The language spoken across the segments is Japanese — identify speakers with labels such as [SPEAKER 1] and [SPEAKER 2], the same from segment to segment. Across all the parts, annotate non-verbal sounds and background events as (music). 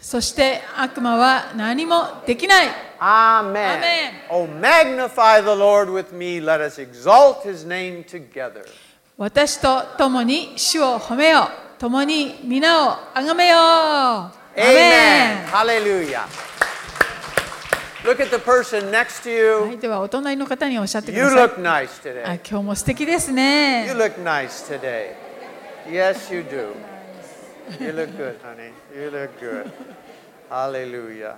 [SPEAKER 1] そして悪魔は何もできない。
[SPEAKER 2] Amen.
[SPEAKER 1] Amen.
[SPEAKER 2] Oh, magnify the Lord with me. Let us exalt his name together.
[SPEAKER 1] 私と共に主を褒めよう。共に皆をあがめよう。アメ
[SPEAKER 2] Amen. Hallelujah. Look at the person next to
[SPEAKER 1] ンは
[SPEAKER 2] you.
[SPEAKER 1] い、ではお隣の方におっしゃってく
[SPEAKER 2] You
[SPEAKER 1] ださい。
[SPEAKER 2] look nice
[SPEAKER 1] あ
[SPEAKER 2] today.
[SPEAKER 1] 今日も素敵です
[SPEAKER 2] You
[SPEAKER 1] ね。
[SPEAKER 2] look nice today. Yes, you do. You look good, honey. You look good. Hallelujah.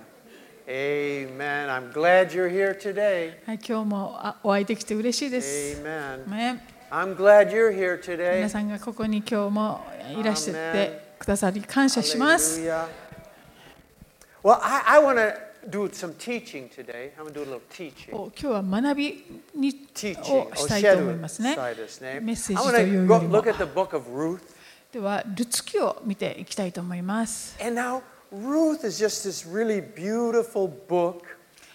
[SPEAKER 2] Amen. I'm glad you're here today.
[SPEAKER 1] はい、今日もあお会いできて嬉しいです。
[SPEAKER 2] Amen.
[SPEAKER 1] ね
[SPEAKER 2] I'm glad you're here today.
[SPEAKER 1] 皆さんがここに今日もいらしててくださり感謝します。
[SPEAKER 2] Hallelujah. Well, I, I want to do some teaching today. I'm going to do a little teaching.
[SPEAKER 1] お今日は学びに
[SPEAKER 2] Teaching. Oh,
[SPEAKER 1] をしたいと思いますね。メッセージというよ
[SPEAKER 2] want
[SPEAKER 1] り
[SPEAKER 2] to look
[SPEAKER 1] も。
[SPEAKER 2] at the book of Ruth.
[SPEAKER 1] では、ルツ記を見ていきたいと思います。
[SPEAKER 2] And now, Ruth is just this really beautiful book.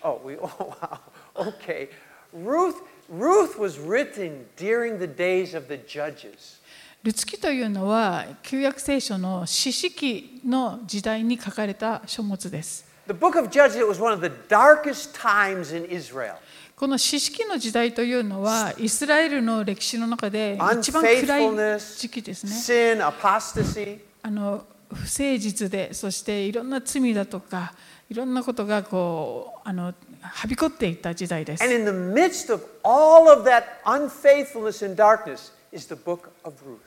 [SPEAKER 2] Oh, we, (laughs) oh wow. Okay. Ruth, Ruth was written during the days of the judges.
[SPEAKER 1] ルツ記というのは旧約聖書の詩式の時代に書かれた書物です。
[SPEAKER 2] The book of Judges was one of the darkest times in Israel.
[SPEAKER 1] この詩式の時代というのはイスラエルの歴史の中で一番暗い
[SPEAKER 2] Unfaithfulness,
[SPEAKER 1] 時期ですね。
[SPEAKER 2] sin, apostasy.
[SPEAKER 1] あの不誠実でそしていろんな罪だとかいろんなことがこうあのはびこっていった時代です
[SPEAKER 2] And。in the midst of all of that unfaithfulness and darkness is the book of Ruth.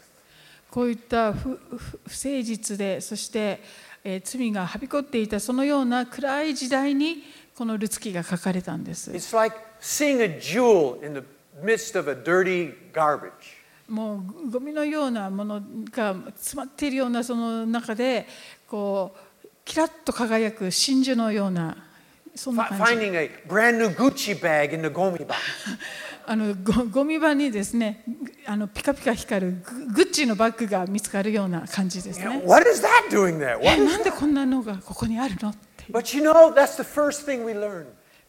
[SPEAKER 1] こういった不不不誠実でそして、えー罪がはびこっていたそのような暗い時代にこのルツキが書かれたんです。
[SPEAKER 2] It's like seeing a jewel in the midst of a dirty garbage.
[SPEAKER 1] もうゴミのようなものが詰まっているようなその中でこうキラッと輝く真珠のようなそんな
[SPEAKER 2] Fi-
[SPEAKER 1] 感じ
[SPEAKER 2] finding a brand new Gucci bag in the gomi box.
[SPEAKER 1] あのごゴミ場にですねぐあのピカピカ光るググッチのバッグが見つかるような感じですね。
[SPEAKER 2] What is that doing there?
[SPEAKER 1] え
[SPEAKER 2] What?
[SPEAKER 1] なんでこんなのがここにあるのっていう
[SPEAKER 2] But you know, that's the first thing we learn.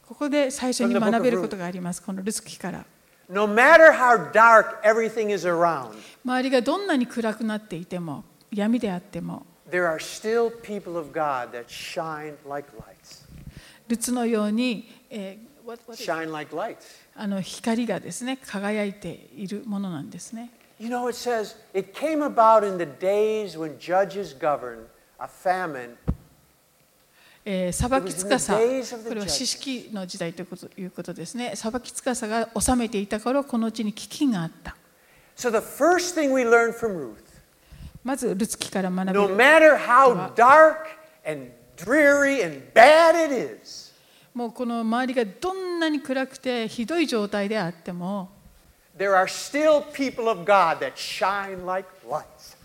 [SPEAKER 1] ここで最初に学べることがありますこのルツキから
[SPEAKER 2] No matter how dark everything is around,
[SPEAKER 1] 周りがどんなに暗くなっていても闇であっても
[SPEAKER 2] there are still people of God that shine like lights.
[SPEAKER 1] ルツのように、えー what- what is-
[SPEAKER 2] Shine like lights.
[SPEAKER 1] あの光がですね輝いているものなんですね。
[SPEAKER 2] You know, it says, it came about in the days when judges governed a famine.
[SPEAKER 1] えー裁きつかさ
[SPEAKER 2] It was in the days of the
[SPEAKER 1] これは四式の時代というこということですね裁きつかさが治めていた頃このうちに飢饉があった
[SPEAKER 2] So the first thing we learn from Ruth
[SPEAKER 1] まずルツキから学べ
[SPEAKER 2] no
[SPEAKER 1] る
[SPEAKER 2] matter how dark and dreary and bad it is,
[SPEAKER 1] もうこの周りがどんなに暗くてひどい状態であっても
[SPEAKER 2] there are still people of God that shine like lights.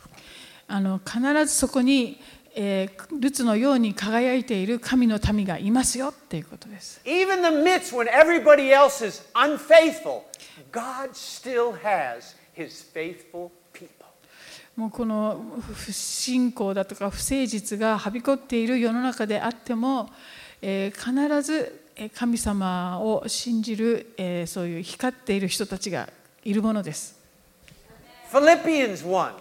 [SPEAKER 1] あの必ずそこに、えールツのように輝いている神の民がいますよっていうことです
[SPEAKER 2] Even the midst when everybody else is unfaithful, God still has his faithful people.
[SPEAKER 1] もうこの不信仰だとか不誠実がはびこっている世の中であっても、えー必ずえー神様を信じる、えーそういう光っている人たちがいるものです。
[SPEAKER 2] Philippians 1.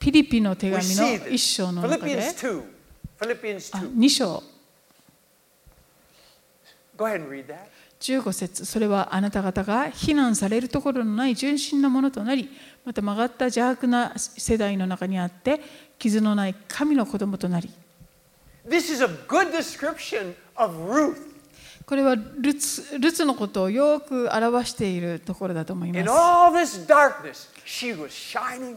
[SPEAKER 1] ピリピの手
[SPEAKER 2] We
[SPEAKER 1] 紙
[SPEAKER 2] see
[SPEAKER 1] の一
[SPEAKER 2] this.
[SPEAKER 1] 章の中で
[SPEAKER 2] Philippians 2. Philippians
[SPEAKER 1] あ
[SPEAKER 2] 2.
[SPEAKER 1] 2章
[SPEAKER 2] Go ahead and read that.
[SPEAKER 1] 15節それはあなた方が非難されるところのない純真なものとなりまた曲がった邪悪な世代の中にあって傷のない神の子供となり
[SPEAKER 2] This is a good description of Ruth
[SPEAKER 1] これはルツルツのことをよく表しているところだと思い
[SPEAKER 2] In
[SPEAKER 1] ま
[SPEAKER 2] all this darkness, she was shining like a light.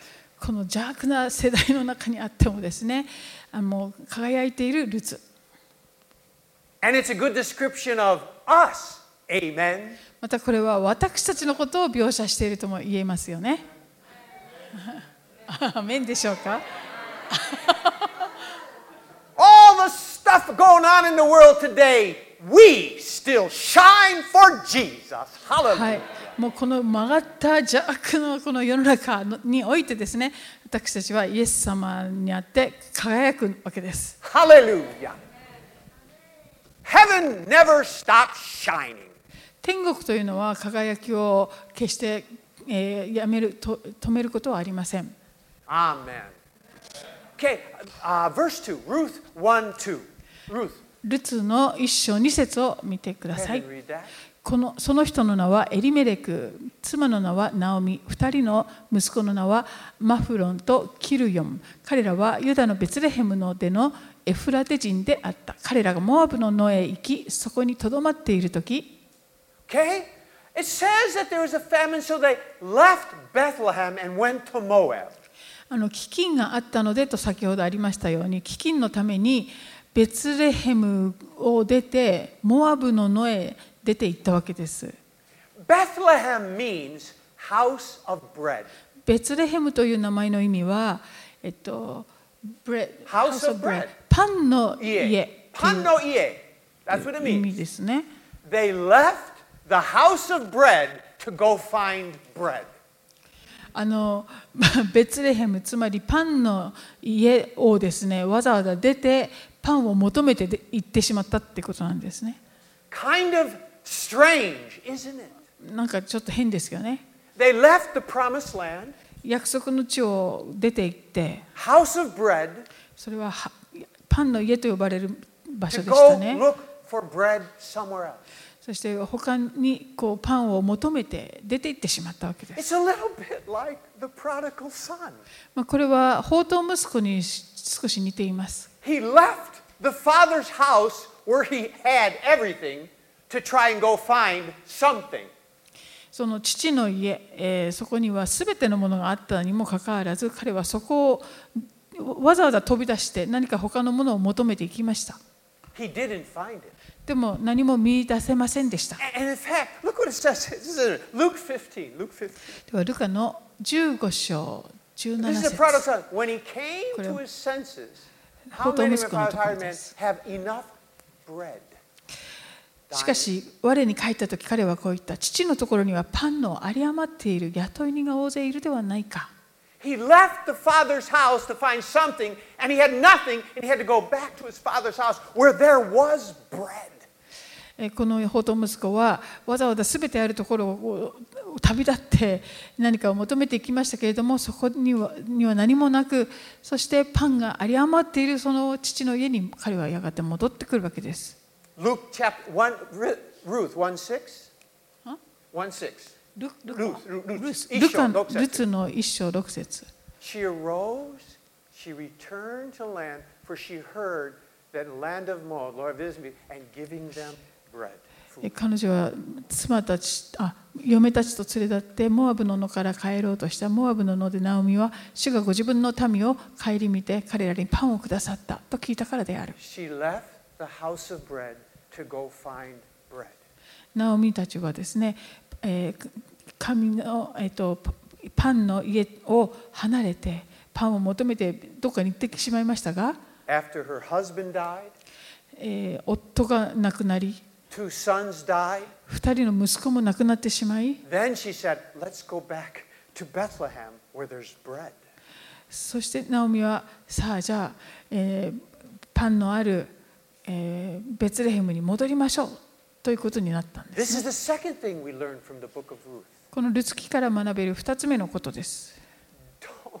[SPEAKER 1] す。この邪悪な世代の中にあってもですね、あの輝いているルツ。
[SPEAKER 2] And it's a good description of us. Amen.
[SPEAKER 1] またこれは私たちのことを描写しているとも言えますよね。 (laughs) アーメンでしょうか
[SPEAKER 2] All the stuff stuff going on in the world today, we still shine for Jesus.
[SPEAKER 1] は
[SPEAKER 2] Hallelujah.
[SPEAKER 1] い、もうこの曲がった邪悪のこの世の中のにおいてですね私たちはイエス様にあって輝くわけです
[SPEAKER 2] Hallelujah. Heaven never stops shining.
[SPEAKER 1] 天国というのは輝きを決して、えーやめると止めることはありません
[SPEAKER 2] Amen. Okay, uh, verse 2, Ruth 1 2. Ruth,
[SPEAKER 1] ルツの一章二節を見てくだ
[SPEAKER 2] can
[SPEAKER 1] さい
[SPEAKER 2] you read that?
[SPEAKER 1] このその人の名はエリメレク妻の名はナオミ二人の息子の名はマフロンとキルヨン彼らはユダのベツレヘムの出のエフラテ人であった彼らがモアブの野へ行きそこにとどまっている時
[SPEAKER 2] Okay? It says that there was a famine, so they left Bethlehem and went to Moab.
[SPEAKER 1] あの飢饉があったのでと先ほどありましたように飢饉のためにベツレヘムを出てモアブの野へ出て行ったわけです
[SPEAKER 2] Bethlehem means house of bread.
[SPEAKER 1] ベツレヘムという名前の意味は、えっと、ブレ
[SPEAKER 2] House of bread
[SPEAKER 1] パンの家
[SPEAKER 2] Ie.
[SPEAKER 1] という
[SPEAKER 2] Pano ie. That's what it
[SPEAKER 1] 意
[SPEAKER 2] means.
[SPEAKER 1] 味ですね。
[SPEAKER 2] They left the house of bread to go find bread.
[SPEAKER 1] あの (laughs) ベツレヘムつまりパンの家をですねわざわざ出てパンを求めてで行ってしまったってことなんですね。
[SPEAKER 2] Kind of strange, isn't it?
[SPEAKER 1] なんかちょっと変ですよね。
[SPEAKER 2] They left the promised land,
[SPEAKER 1] 約束の地を出て行って
[SPEAKER 2] house of bread,
[SPEAKER 1] それははパンの家と呼ばれる場
[SPEAKER 2] to
[SPEAKER 1] 所でした
[SPEAKER 2] go
[SPEAKER 1] ね。
[SPEAKER 2] look for bread somewhere else.
[SPEAKER 1] そして他にこうパンを求めて出て行ってしまったわけです。
[SPEAKER 2] It's a little bit like the prodigal son.
[SPEAKER 1] まあ、これは宝刀息子にし少し似ています。
[SPEAKER 2] He left the father's house where he had everything to try and go find something.
[SPEAKER 1] その父の家、えーそこにはすべてのものがあったにもかかわらず彼はそこをわざわざ飛び出して何か他のものを求めていきました
[SPEAKER 2] He didn't find it.
[SPEAKER 1] でも何も見出せませんでした
[SPEAKER 2] And- And in fact, look what it says. This is in Luke 15. Luke 15.
[SPEAKER 1] ではルカの15章
[SPEAKER 2] This
[SPEAKER 1] 17
[SPEAKER 2] is the prodigal
[SPEAKER 1] 節
[SPEAKER 2] son. When he came to his senses, how many of our hired men have enough bread?
[SPEAKER 1] しかし我に帰った時彼はこう言った父のところにはパンの有り余っている雇い人が大勢いるではないか
[SPEAKER 2] He left the father's house to find something, and he had nothing, and he had to go back to his father's house where there was bread.
[SPEAKER 1] えーこの宝刀息子はわざわざ全てあるところをお旅立って何かを求めていきましたけれどもそこにはには何もなくそしてパンが有り余っているその父の家に彼はやがて戻ってくるわけです。
[SPEAKER 2] Luke chapter 1, Ru- Ruth 1 6.
[SPEAKER 1] Huh?
[SPEAKER 2] 1 6.
[SPEAKER 1] ルル
[SPEAKER 2] ルルル
[SPEAKER 1] ルス
[SPEAKER 2] 一
[SPEAKER 1] ル
[SPEAKER 2] 章
[SPEAKER 1] カ
[SPEAKER 2] 六節
[SPEAKER 1] ルツの一章六節
[SPEAKER 2] She arose, she returned to land, for she heard that in the land of Moab, Lord visited me, and giving them bread.
[SPEAKER 1] え
[SPEAKER 2] food.
[SPEAKER 1] 彼女は妻たちあ嫁たちと連れ立ってモアブの野から帰ろうとしたモアブの野でナオミは主がご自分の民を顧みて彼らにパンをくださったと聞いたからである。
[SPEAKER 2] She left the house of bread to go find bread.
[SPEAKER 1] ナオミたちはですね、えー神の、えー、とパパンの家を離れてパンを求めてどっかに行ってしまいましたが、
[SPEAKER 2] After her husband died,
[SPEAKER 1] えー夫が亡くなり
[SPEAKER 2] two sons died,
[SPEAKER 1] 2人の息子も亡くなってしまい
[SPEAKER 2] then she said, Let's go back to Bethlehem where there's bread.
[SPEAKER 1] そしてナオミはさあじゃあ、えーパンのある、えーベツレヘムに戻りましょうということになったんで
[SPEAKER 2] This
[SPEAKER 1] す。
[SPEAKER 2] is the second thing we learned from the book of Ruth.
[SPEAKER 1] このルツキから学べる2つ目のことです。
[SPEAKER 2] Don't.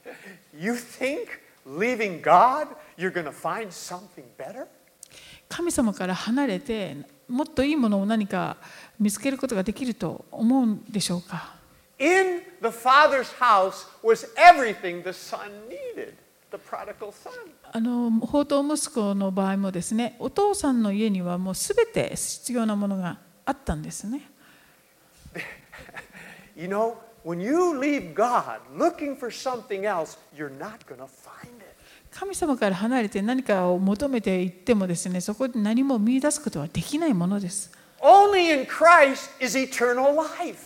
[SPEAKER 2] (laughs) You think leaving God, you're going to find something better?
[SPEAKER 1] 神様から離れてもっといいものを何か見つけることができると思うんでしょうか
[SPEAKER 2] In the Father's house was everything the Son needed, the prodigal Son.
[SPEAKER 1] あの宝刀息子の場合もですねお父さんの家にはもう全て必要なものがあったんですね
[SPEAKER 2] You know, when you leave God looking for something else, you're not going to find it.
[SPEAKER 1] 神様から離れて何かを求めていってもですねそこで何も見出すことはできないものです、
[SPEAKER 2] Only in Christ is eternal life.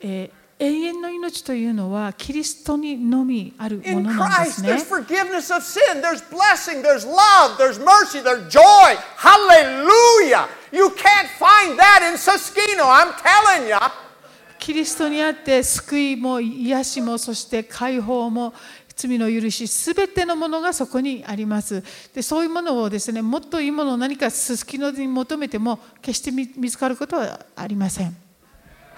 [SPEAKER 1] えー永遠の命というのはキリストにのみあるも
[SPEAKER 2] In
[SPEAKER 1] のなんで
[SPEAKER 2] Christ,
[SPEAKER 1] す
[SPEAKER 2] there's
[SPEAKER 1] ね。
[SPEAKER 2] forgiveness of sin, there's blessing, there's love, there's mercy, there's joy. Hallelujah! You can't find that in Suskino, I'm telling ya.
[SPEAKER 1] キリストにあって救いも癒しもそして解放も罪の許しすべてのものがそこにありますでそういうものをですねもっといいものを何かすすきのに求めても決して見見つかることはありません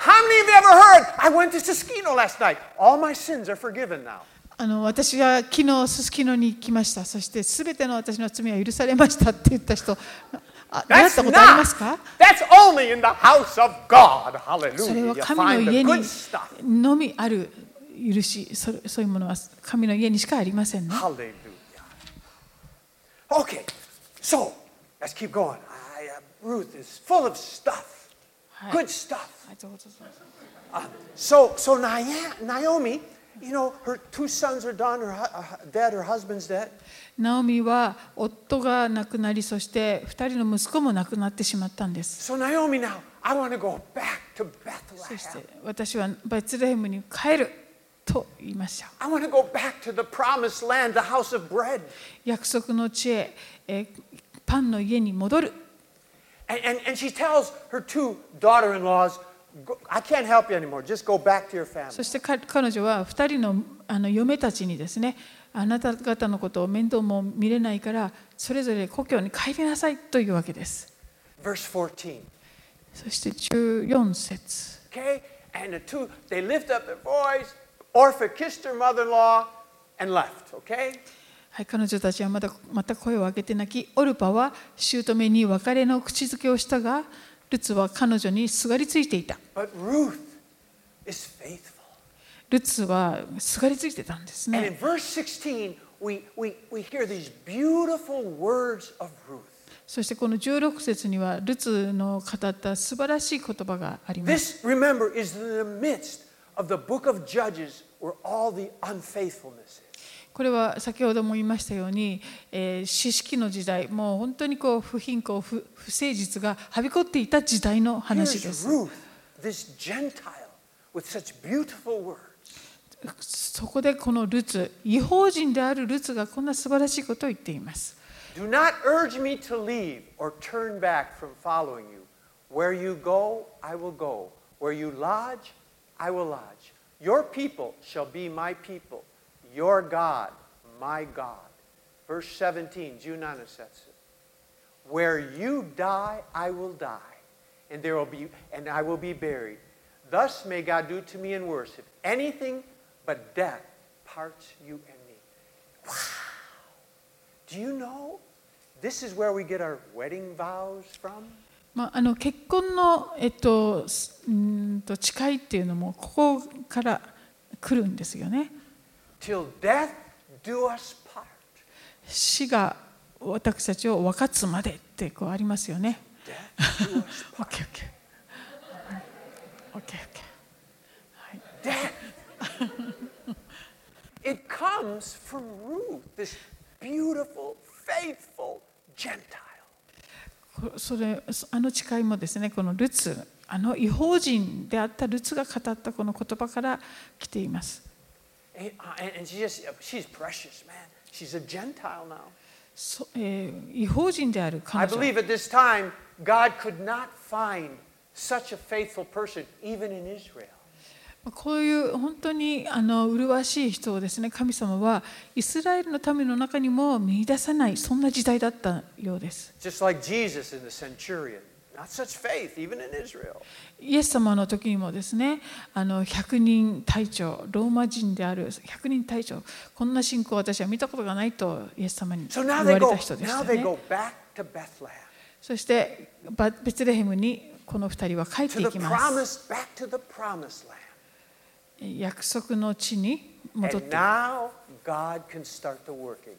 [SPEAKER 2] How many of you ever heard? I went to Suskino last night. All my sins are forgiven now.
[SPEAKER 1] あの私は昨日すすきのに行きましたそしてすべての私の罪は許されましたって言った人あ出会っ
[SPEAKER 2] That's
[SPEAKER 1] たことありま
[SPEAKER 2] not.
[SPEAKER 1] すか
[SPEAKER 2] That's only in the house of God.
[SPEAKER 1] それ
[SPEAKER 2] Hallelujah!
[SPEAKER 1] は
[SPEAKER 2] You
[SPEAKER 1] 神
[SPEAKER 2] find
[SPEAKER 1] の
[SPEAKER 2] the
[SPEAKER 1] 家
[SPEAKER 2] good stuff.
[SPEAKER 1] にのみある許しそれそういうものは神の家にしかありませんね
[SPEAKER 2] Hallelujah. Okay, so let's keep going. I, uh, Ruth is full of stuff,
[SPEAKER 1] Hi.
[SPEAKER 2] good stuff.
[SPEAKER 1] あどうぞどうぞ
[SPEAKER 2] So, so Nia- Naomi, you know, her two sons are done, her hu- uh, hu- dead, her husband's dead.
[SPEAKER 1] ナオミは夫が亡くなりそして2人の息子も亡くなってしまったんです
[SPEAKER 2] So Naomi now, I want to go back to
[SPEAKER 1] そして
[SPEAKER 2] Bethlehem.
[SPEAKER 1] 私はベツレヘムに帰ると言いました
[SPEAKER 2] I want to go back to the promised land, the house of bread.
[SPEAKER 1] 約束の地へえーパンの家に戻る
[SPEAKER 2] And, and, and she tells her two daughter-in-laws, "Go- I can't help you anymore. Just go back to your
[SPEAKER 1] そ
[SPEAKER 2] family.
[SPEAKER 1] してか彼女は2人のあの嫁たちにですねあなた方のことを面倒も見れないからそれぞれ故郷に帰りなさいというわけです
[SPEAKER 2] Verse 14.
[SPEAKER 1] そして14節
[SPEAKER 2] Okay? And the two, they lift up their voice. Orpha kissed her mother in law and left. Okay?
[SPEAKER 1] はい、彼女たちはまだまた声を上げて泣き、オルパは姑に別れの口づけをしたが、ルツは彼女にすがりついていた。
[SPEAKER 2] But Ruth is faithful.
[SPEAKER 1] ルツはすがりついてたんです
[SPEAKER 2] And in
[SPEAKER 1] ね。
[SPEAKER 2] verse 16, we, we, we hear these beautiful words of Ruth.
[SPEAKER 1] そしてこの16節にはルツの語った素晴らしい言葉がありま
[SPEAKER 2] This,
[SPEAKER 1] す。
[SPEAKER 2] remember, is in the midst of the book of Judges where all the unfaithfulness is.
[SPEAKER 1] これは先ほども言いましたように、えー、四式の時代、もう本当にこう不貧困不、不誠実がはびこっていた時代の話で
[SPEAKER 2] Here's
[SPEAKER 1] す。
[SPEAKER 2] Ruth, this Gentile, with such beautiful words.
[SPEAKER 1] そこでこのルツ、違法人であるルツがこんな素晴らしいことを言っています。
[SPEAKER 2] Do not urge me to leave or turn back from following you. Where you go, I will go. Where you lodge, I will lodge. Your people shall be my people. Your God, my God. Verse 17, Junana Setsu. Where you die, I will die, and there will be and I will be buried. Thus may God do to me and worse if anything but death parts you and me. Do you know this is where we get our wedding vows from?
[SPEAKER 1] まあ、あの結婚の、えっと、すうーんと誓いっていうのもここから来るんですよね。
[SPEAKER 2] Till death do us part.
[SPEAKER 1] 死が私たちを分かつまでってこうありますよね。
[SPEAKER 2] Death do us
[SPEAKER 1] オッケーオッケー。オッケーオッケー。
[SPEAKER 2] death. It comes from Ruth, this beautiful, faithful Gentile.
[SPEAKER 1] こそれそあの誓いもですねこのルツあの違法人であったルツが語ったこの言葉から来ています。
[SPEAKER 2] And, uh, and- and she just, she's precious, man. She's a Gentile now.
[SPEAKER 1] そえー違法人である
[SPEAKER 2] I
[SPEAKER 1] 彼女
[SPEAKER 2] believe at this time, God could not find such a faithful person, even in Israel.
[SPEAKER 1] こういう本当にあの麗しい人をですね神様はイスラエルの民の中にも見出さないそんな時代だったようです
[SPEAKER 2] Just like Jesus in the centurion. Not such faith, even in Israel.
[SPEAKER 1] イエス様の時にもですねあの100人隊長ローマ人である100人隊長こんな信仰を私は見たことがないとイエス様に
[SPEAKER 2] So
[SPEAKER 1] 言
[SPEAKER 2] now
[SPEAKER 1] わ
[SPEAKER 2] they
[SPEAKER 1] れ
[SPEAKER 2] go,
[SPEAKER 1] た人でし
[SPEAKER 2] now
[SPEAKER 1] た
[SPEAKER 2] they
[SPEAKER 1] ね
[SPEAKER 2] go back to Bethlehem,
[SPEAKER 1] そしてバベツレヘムにこの2人は帰っ
[SPEAKER 2] to
[SPEAKER 1] てい
[SPEAKER 2] the
[SPEAKER 1] きます
[SPEAKER 2] promise, back to the promised land. 約束の地に戻って。
[SPEAKER 1] 約束の地
[SPEAKER 2] And now God
[SPEAKER 1] に戻って
[SPEAKER 2] can start the work again.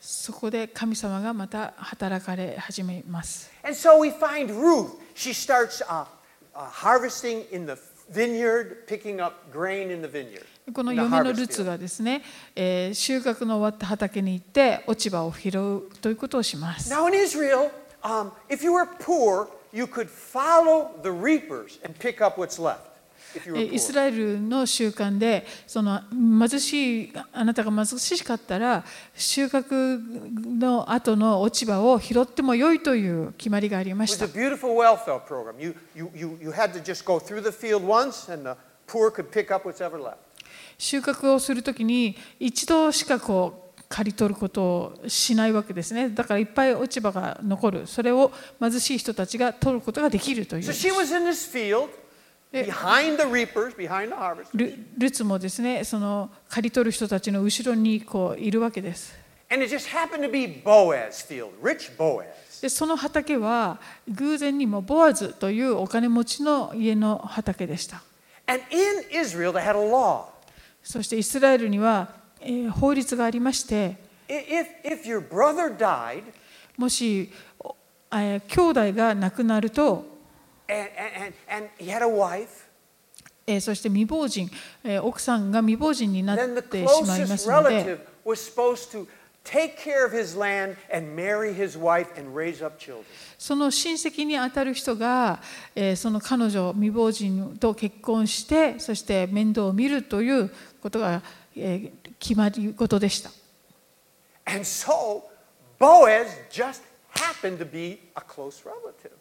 [SPEAKER 1] そこで神様がまた働かれ始めます
[SPEAKER 2] And so we find Ruth. She starts uh, uh, harvesting in the vineyard, picking up grain in the vineyard.
[SPEAKER 1] この
[SPEAKER 2] in the
[SPEAKER 1] 嫁の
[SPEAKER 2] harvest
[SPEAKER 1] ルツ
[SPEAKER 2] field.
[SPEAKER 1] がですね、えー収穫の終わった畑に行って落ち葉を拾うということをします。
[SPEAKER 2] Now in Israel, um, if you were poor, you could follow the reapers and pick up what's left. if you
[SPEAKER 1] え
[SPEAKER 2] were
[SPEAKER 1] イス
[SPEAKER 2] poor.
[SPEAKER 1] ラエルの習慣でその貧しいあなたが貧しかったら収穫の後の落ち葉を拾っても良いという決まりがありま
[SPEAKER 2] It
[SPEAKER 1] し
[SPEAKER 2] was
[SPEAKER 1] た
[SPEAKER 2] a beautiful welfare program. You, you, you, you had to just go through the field once, and the poor could pick up what's ever left.
[SPEAKER 1] 収穫をするときに一度しかこう刈り取ることをしないわけですねだからいっぱい落ち葉が残るそれを貧しい人たちが取ることができるという
[SPEAKER 2] So she was in this field,
[SPEAKER 1] Eh.
[SPEAKER 2] behind the reapers, behind the harvest.
[SPEAKER 1] ルルツもですねその刈り取る人たちの後ろにこういるわけです
[SPEAKER 2] And it just happened to be Boaz's field, rich Boaz.
[SPEAKER 1] でその畑は偶然にもボアズというお金持ちの家の畑でした
[SPEAKER 2] And in Israel, they had a law.
[SPEAKER 1] そしてイスラエルには、えー法律がありまして
[SPEAKER 2] I- If, if your brother died,
[SPEAKER 1] もし、おえー兄弟が亡くなると、
[SPEAKER 2] and, and, and- and he had a wife,
[SPEAKER 1] えーそして未亡人、えー奥さんが未亡人にな
[SPEAKER 2] then the
[SPEAKER 1] ってしまいま
[SPEAKER 2] closest
[SPEAKER 1] すので
[SPEAKER 2] relative was supposed to take care of his land and marry his wife and raise up children.
[SPEAKER 1] その親戚にあたる人が、えーその彼女未亡人と結婚してそして面倒を見るということが、えー決まり事でした
[SPEAKER 2] And so Boaz just happened to be a close relative.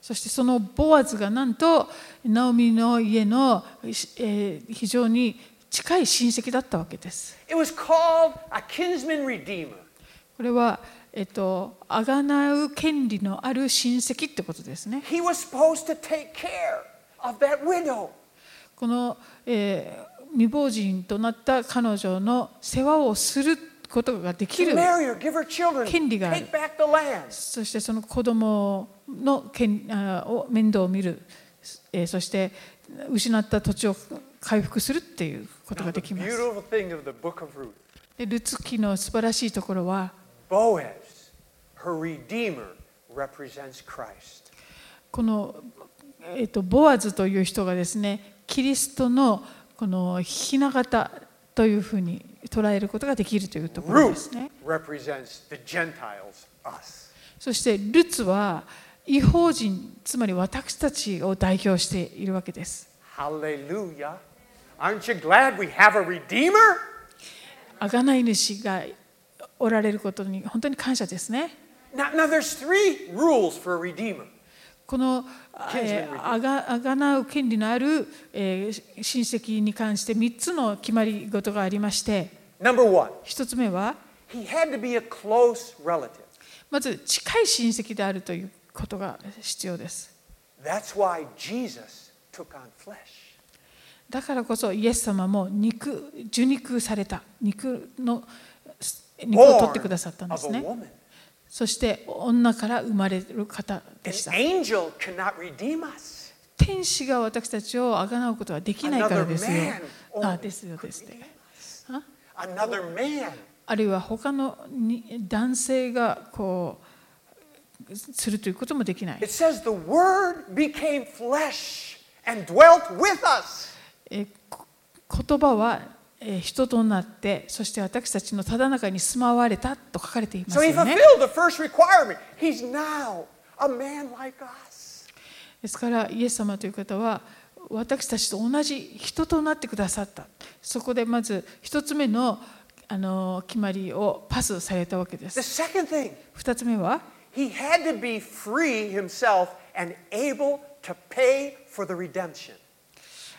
[SPEAKER 1] そしてそのボアズがなんとナオミの家の、えー非常に近い親戚だったわけです
[SPEAKER 2] It was called a kinsman redeemer.
[SPEAKER 1] これはえっとあがなう権利のある親戚ってことですね
[SPEAKER 2] He was supposed to take care of that widow.
[SPEAKER 1] この、えー未亡人となった彼女の世話をすることができ
[SPEAKER 2] To
[SPEAKER 1] る
[SPEAKER 2] marry her, give her children,
[SPEAKER 1] 権利がある。
[SPEAKER 2] take back the land.
[SPEAKER 1] そしてその子供の権あを面倒を見る、えーそして失った土地を回復するっていうことが
[SPEAKER 2] The
[SPEAKER 1] できます。
[SPEAKER 2] beautiful thing of the book of Ruth
[SPEAKER 1] でルツ記の素晴らしいところは
[SPEAKER 2] Boaz, her redeemer, represents Christ.
[SPEAKER 1] この、えー、とボアズという人がですねキリストのこのひな形というふうに捉えることができるというところで
[SPEAKER 2] Ruth
[SPEAKER 1] すね。
[SPEAKER 2] represents the Gentiles, us.
[SPEAKER 1] そしてルツは違法人つまり私たちを代表しているわけです。
[SPEAKER 2] Hallelujah. Aren't you glad we have a redeemer?
[SPEAKER 1] あがない主がおられることに本当に感謝ですね。
[SPEAKER 2] Now, now there's three rules for a redeemer.
[SPEAKER 1] この、
[SPEAKER 2] Kinsman
[SPEAKER 1] え
[SPEAKER 2] redeemer
[SPEAKER 1] ー、あがあがなう権利のある、えー親戚に関して3つの決まり事がありまして、
[SPEAKER 2] Number one,
[SPEAKER 1] 1つ目は、
[SPEAKER 2] he had to be a close relative.
[SPEAKER 1] まず近い親戚であるということが必要です。
[SPEAKER 2] That's why Jesus took on flesh.
[SPEAKER 1] だからこそ、イエス様も肉、受肉された、肉の、肉を取ってくださったんで
[SPEAKER 2] of
[SPEAKER 1] す
[SPEAKER 2] a
[SPEAKER 1] ね。
[SPEAKER 2] woman.
[SPEAKER 1] そして、女から生まれる方で
[SPEAKER 2] An
[SPEAKER 1] した。
[SPEAKER 2] angel cannot redeem us.
[SPEAKER 1] 天使が私たちをあがなうことはできないから
[SPEAKER 2] Another
[SPEAKER 1] ですよ
[SPEAKER 2] man。
[SPEAKER 1] あ
[SPEAKER 2] only
[SPEAKER 1] ですよです
[SPEAKER 2] could
[SPEAKER 1] ね
[SPEAKER 2] redeem。us. Another man.
[SPEAKER 1] あるいは他のに男性がこうするということもできない。
[SPEAKER 2] It says the word became flesh and dwelt with us.
[SPEAKER 1] えこ言葉はえー人となって、そして私たちのただ中に住まわれたと書かれていま
[SPEAKER 2] So
[SPEAKER 1] す
[SPEAKER 2] he
[SPEAKER 1] よね。
[SPEAKER 2] fulfilled the first requirement. He's now a man like us.
[SPEAKER 1] ですから、イエス様という方は私たちと同じ人となってくださった。そこでまず一つ目のあの決まりをパスされたわけで
[SPEAKER 2] The
[SPEAKER 1] す。
[SPEAKER 2] second thing,
[SPEAKER 1] 二つ目は
[SPEAKER 2] he had to be free himself and able to pay for the redemption.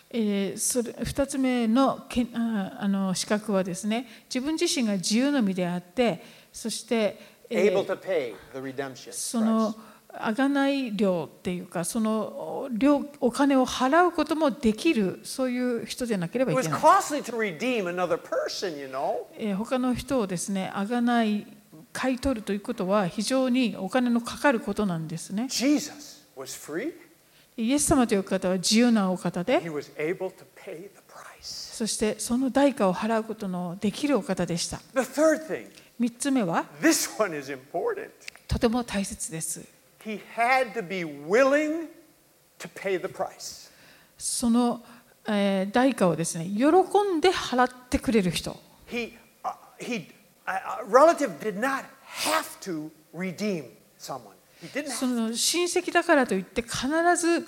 [SPEAKER 1] えーそれ2つ目のけあーあの資格はですね自分自身が自由の身であってそして、えー
[SPEAKER 2] Able to pay the redemption.
[SPEAKER 1] その
[SPEAKER 2] price.
[SPEAKER 1] 贖がない料っていうかその料お金を払うこともできるそういう人でなけれ
[SPEAKER 2] It
[SPEAKER 1] ばい
[SPEAKER 2] was
[SPEAKER 1] けない、
[SPEAKER 2] costly to redeem another person, you know.
[SPEAKER 1] えー他の人をですね贖がない買い取るということは非常にお金のかかることなんですね
[SPEAKER 2] Jesus was free.
[SPEAKER 1] イエス様という方は自由なお方で
[SPEAKER 2] He was able to pay the price.
[SPEAKER 1] そしてその代価を払うことのできるお方でした
[SPEAKER 2] The third thing,
[SPEAKER 1] 3つ目は
[SPEAKER 2] this one is important.
[SPEAKER 1] とても大切です。
[SPEAKER 2] He had to be willing to pay the price.
[SPEAKER 1] その、えー代価をですね喜んで払ってくれる人
[SPEAKER 2] He, uh, he, a a relative did not have to redeem someone. didn't
[SPEAKER 1] その親戚だからといって必ず